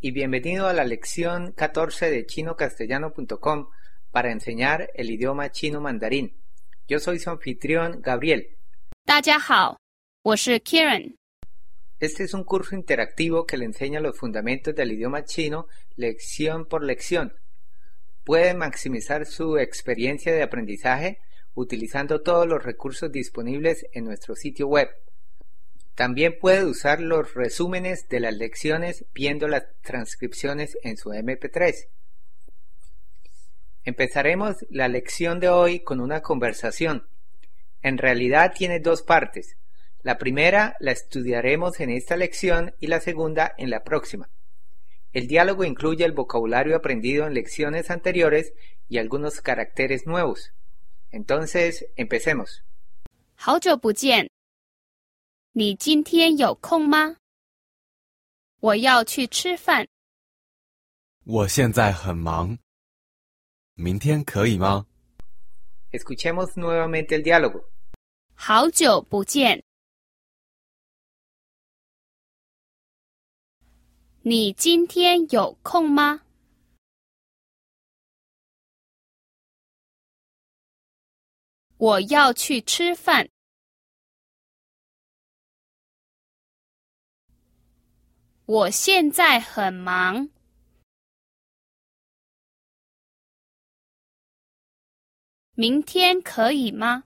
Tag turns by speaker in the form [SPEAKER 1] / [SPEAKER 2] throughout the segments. [SPEAKER 1] y bienvenido a la lección 14 de chinocastellano.com para enseñar el idioma chino mandarín. Yo soy su anfitrión Gabriel.
[SPEAKER 2] 大家好，我是 Kieran。
[SPEAKER 1] Este es un curso interactivo que le enseña los fundamentos del idioma chino lección por lección. Puede maximizar su experiencia de aprendizaje utilizando todos los recursos disponibles en nuestro sitio web. También puede usar los resúmenes de las lecciones viendo las transcripciones en su MP3. Empezaremos la lección de hoy con una conversación. En realidad tiene dos partes. La primera la estudiaremos en esta lección y la segunda en la próxima. El diálogo incluye el vocabulario aprendido en lecciones anteriores y algunos caracteres nuevos. Entonces, empecemos.
[SPEAKER 2] 好久不见，你今天有空吗？我要去吃饭，
[SPEAKER 3] 我现在很忙，明天可以吗？
[SPEAKER 1] Escuchemos nuevamente el diálogo.
[SPEAKER 2] 好久不见。你今天有空吗？我要去吃饭。我现在很忙，明天可以吗？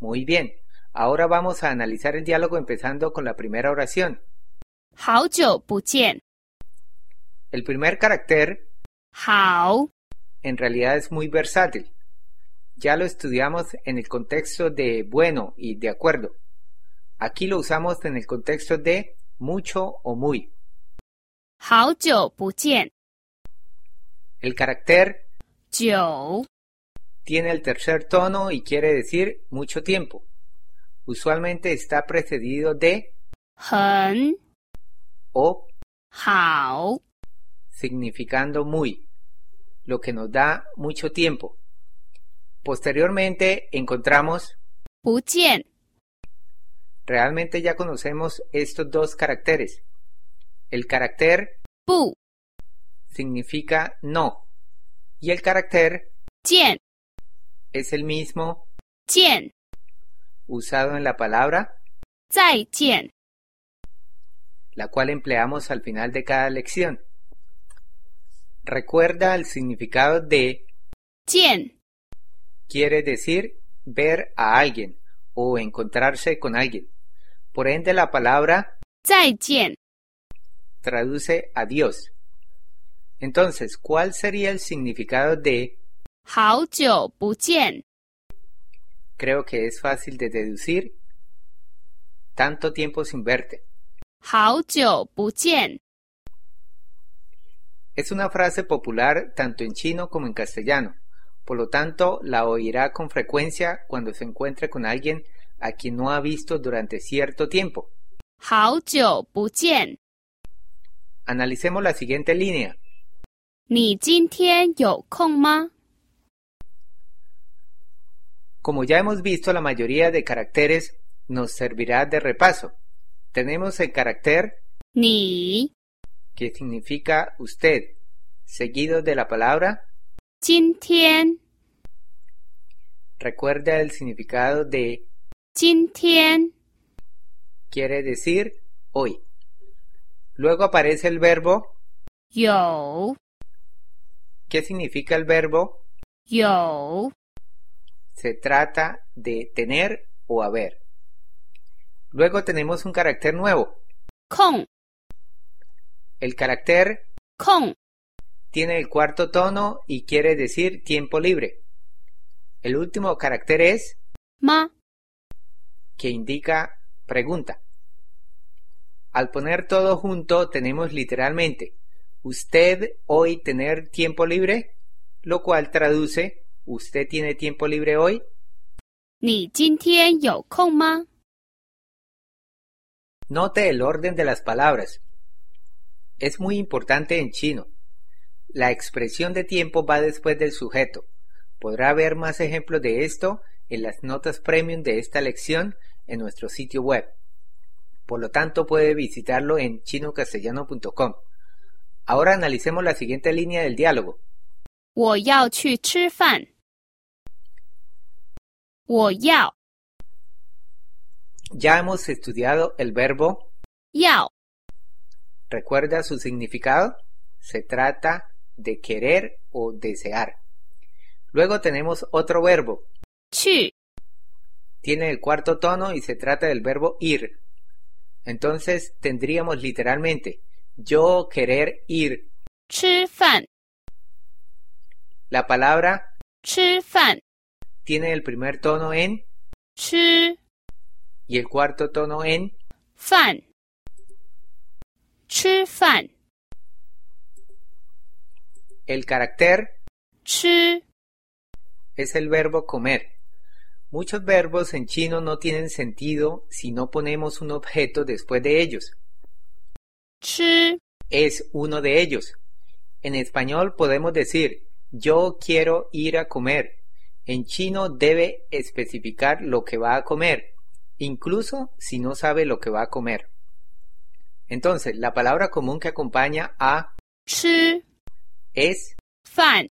[SPEAKER 1] Muy bien. Ahora vamos a analizar el diálogo empezando con la primera oración.
[SPEAKER 2] 好久不见，
[SPEAKER 1] El primer carácter
[SPEAKER 2] 好
[SPEAKER 1] en realidad es muy versátil. Ya lo estudiamos en el contexto de bueno y de acuerdo. Aquí lo usamos en el contexto de mucho o muy.
[SPEAKER 2] 好久不见，
[SPEAKER 1] El carácter
[SPEAKER 2] 久
[SPEAKER 1] tiene el tercer tono y quiere decir mucho tiempo. Usualmente está precedido de
[SPEAKER 2] 很
[SPEAKER 1] o
[SPEAKER 2] 好，
[SPEAKER 1] significando muy, lo que nos da mucho tiempo. Posteriormente encontramos,
[SPEAKER 2] 不见
[SPEAKER 1] realmente ya conocemos estos dos caracteres. El carácter
[SPEAKER 2] 不
[SPEAKER 1] significa no y el carácter
[SPEAKER 2] 见
[SPEAKER 1] es el mismo
[SPEAKER 2] 见，
[SPEAKER 1] usado en la palabra,
[SPEAKER 2] 再见，
[SPEAKER 1] la cual empleamos al final de cada lección. Recuerda el significado de
[SPEAKER 2] 见
[SPEAKER 1] quiere decir ver a alguien o encontrarse con alguien. Por ende, la palabra
[SPEAKER 2] 再见，
[SPEAKER 1] traduce a Dios. Entonces, ¿cuál sería el significado de?
[SPEAKER 2] 好久不见，
[SPEAKER 1] Creo que es fácil de deducir. Tanto tiempo sin verte.
[SPEAKER 2] 好久不见，
[SPEAKER 1] Es una frase popular tanto en chino como en castellano. Por lo tanto, la oirá con frecuencia cuando se encuentre con alguien a quien no ha visto durante cierto tiempo.
[SPEAKER 2] 好久不见，
[SPEAKER 1] Analicemos la siguiente línea.
[SPEAKER 2] 你今天有空吗？
[SPEAKER 1] Como ya hemos visto, la mayoría de caracteres nos servirá de repaso. Tenemos el carácter
[SPEAKER 2] 你
[SPEAKER 1] que significa usted, seguido de la palabra,
[SPEAKER 2] 今天
[SPEAKER 1] recuerda el significado de
[SPEAKER 2] 今天
[SPEAKER 1] quiere decir hoy. Luego aparece el verbo,
[SPEAKER 2] 有
[SPEAKER 1] ¿qué significa el verbo?
[SPEAKER 2] 有
[SPEAKER 1] Se trata de tener o haber. Luego tenemos un carácter nuevo.
[SPEAKER 2] 空
[SPEAKER 1] El carácter
[SPEAKER 2] 空
[SPEAKER 1] tiene el cuarto tono y quiere decir tiempo libre. El último carácter es
[SPEAKER 2] 吗？
[SPEAKER 1] que indica pregunta. Al poner todo junto tenemos literalmente usted hoy tener tiempo libre, lo cual traduce usted tiene tiempo libre hoy.
[SPEAKER 2] 你今天有空吗？
[SPEAKER 1] Note el orden de las palabras. Es muy importante en chino. La expresión de tiempo va después del sujeto. Podrá ver más ejemplos de esto en las notas premium de esta lección en nuestro sitio web. Por lo tanto, puede visitarlo en chinocastellano.com. Ahora analicemos la siguiente línea del diálogo.
[SPEAKER 2] 我要去吃饭。我要
[SPEAKER 1] Ya hemos estudiado el verbo
[SPEAKER 2] 要
[SPEAKER 1] ¿Recuerda su significado? Se trata de querer o desear. Luego tenemos otro verbo.
[SPEAKER 2] 去
[SPEAKER 1] Tiene el cuarto tono y se trata del verbo ir. Entonces tendríamos literalmente yo querer ir.
[SPEAKER 2] 吃饭，
[SPEAKER 1] La palabra
[SPEAKER 2] 吃饭，
[SPEAKER 1] tiene el primer tono en
[SPEAKER 2] 吃
[SPEAKER 1] y el cuarto tono en.
[SPEAKER 2] 饭，吃饭，
[SPEAKER 1] El carácter
[SPEAKER 2] 吃
[SPEAKER 1] es el verbo comer. Muchos verbos en chino no tienen sentido si no ponemos un objeto después de ellos.
[SPEAKER 2] 吃
[SPEAKER 1] es uno de ellos. En español podemos decir yo quiero ir a comer. En chino debe especificar lo que va a comer, incluso si no sabe lo que va a comer. Entonces, la palabra común que acompaña a
[SPEAKER 2] 吃
[SPEAKER 1] es
[SPEAKER 2] 饭，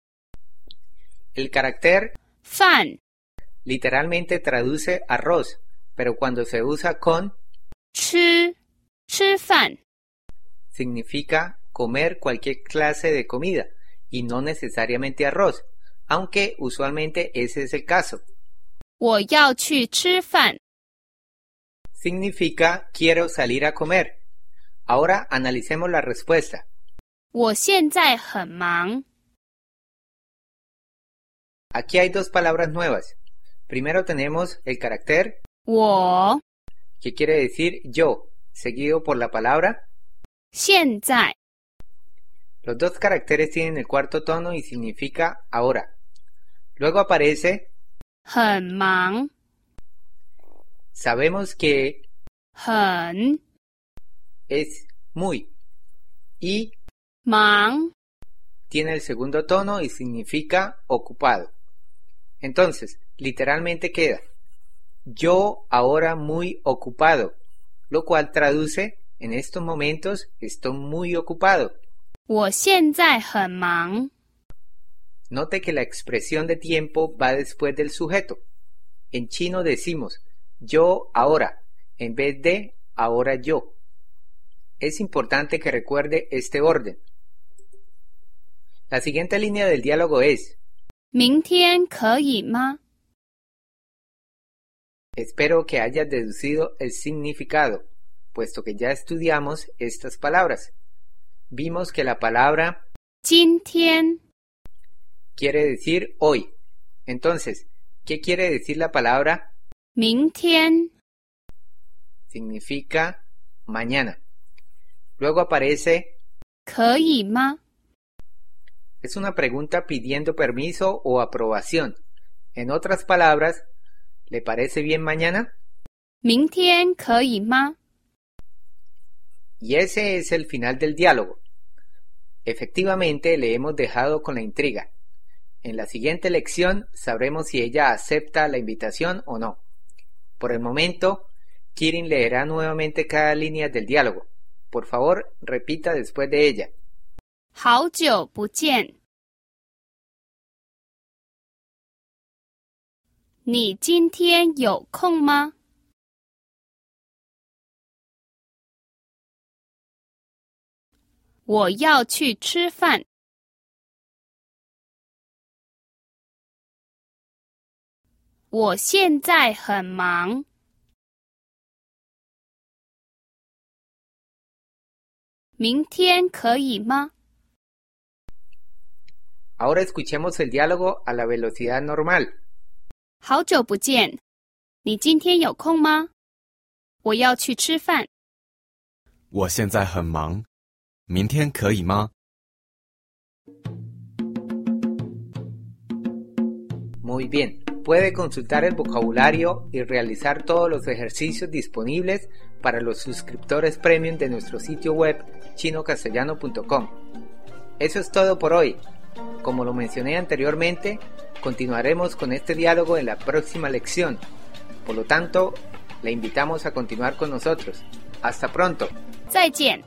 [SPEAKER 1] el carácter
[SPEAKER 2] 饭
[SPEAKER 1] literalmente traduce arroz, pero cuando se usa con
[SPEAKER 2] 吃吃饭，
[SPEAKER 1] significa comer cualquier clase de comida y no necesariamente arroz, aunque usualmente ese es el caso.
[SPEAKER 2] 我要去吃饭。
[SPEAKER 1] significa quiero salir a comer. Ahora analicemos la respuesta.
[SPEAKER 2] 我现在很忙，
[SPEAKER 1] Aquí hay dos palabras nuevas. Primero tenemos el carácter,
[SPEAKER 2] 我
[SPEAKER 1] que quiere decir yo, seguido por la palabra.
[SPEAKER 2] 现在
[SPEAKER 1] Los dos caracteres tienen el cuarto tono y significa ahora. Luego aparece,
[SPEAKER 2] 很忙，
[SPEAKER 1] sabemos que
[SPEAKER 2] 很
[SPEAKER 1] es muy. Y
[SPEAKER 2] 忙，
[SPEAKER 1] tiene el segundo tono y significa ocupado. Entonces, literalmente queda yo ahora muy ocupado, lo cual traduce en estos momentos estoy muy ocupado.
[SPEAKER 2] 我现在很忙。
[SPEAKER 1] Note que la expresión de tiempo va después del sujeto. En chino decimos yo ahora en vez de ahora yo. Es importante que recuerde este orden. La siguiente línea del diálogo es
[SPEAKER 2] 明天可以吗？
[SPEAKER 1] Espero que hayas deducido el significado, puesto que ya estudiamos estas palabras. Vimos que la palabra
[SPEAKER 2] 今天
[SPEAKER 1] quiere decir hoy. Entonces, ¿qué quiere decir la palabra?
[SPEAKER 2] 明天
[SPEAKER 1] Significa mañana. Luego aparece,
[SPEAKER 2] 可以吗？
[SPEAKER 1] es una pregunta pidiendo permiso o aprobación. En otras palabras, ¿le parece bien mañana?
[SPEAKER 2] 明天可以吗？
[SPEAKER 1] Y ese es el final del diálogo. Efectivamente, le hemos dejado con la intriga. En la siguiente lección sabremos si ella acepta la invitación o no. Por el momento, Kirin leerá nuevamente cada línea del diálogo. Por favor, repita después de ella.
[SPEAKER 2] 好久不见，你今天有空吗？我要去吃饭。我现在很忙，明天可以吗？
[SPEAKER 1] Ahora escuchemos el diálogo a la velocidad normal.
[SPEAKER 2] 好久不见，你今天有空吗？我要去吃饭。
[SPEAKER 3] 我现在很忙，明天可以吗？
[SPEAKER 1] Muy bien, puede consultar el vocabulario y realizar todos los ejercicios disponibles para los suscriptores premium de nuestro sitio web chinocastellano.com. Eso es todo por hoy. Como lo mencioné anteriormente, continuaremos con este diálogo en la próxima lección. Por lo tanto, le invitamos a continuar con nosotros. Hasta pronto.
[SPEAKER 2] 再见。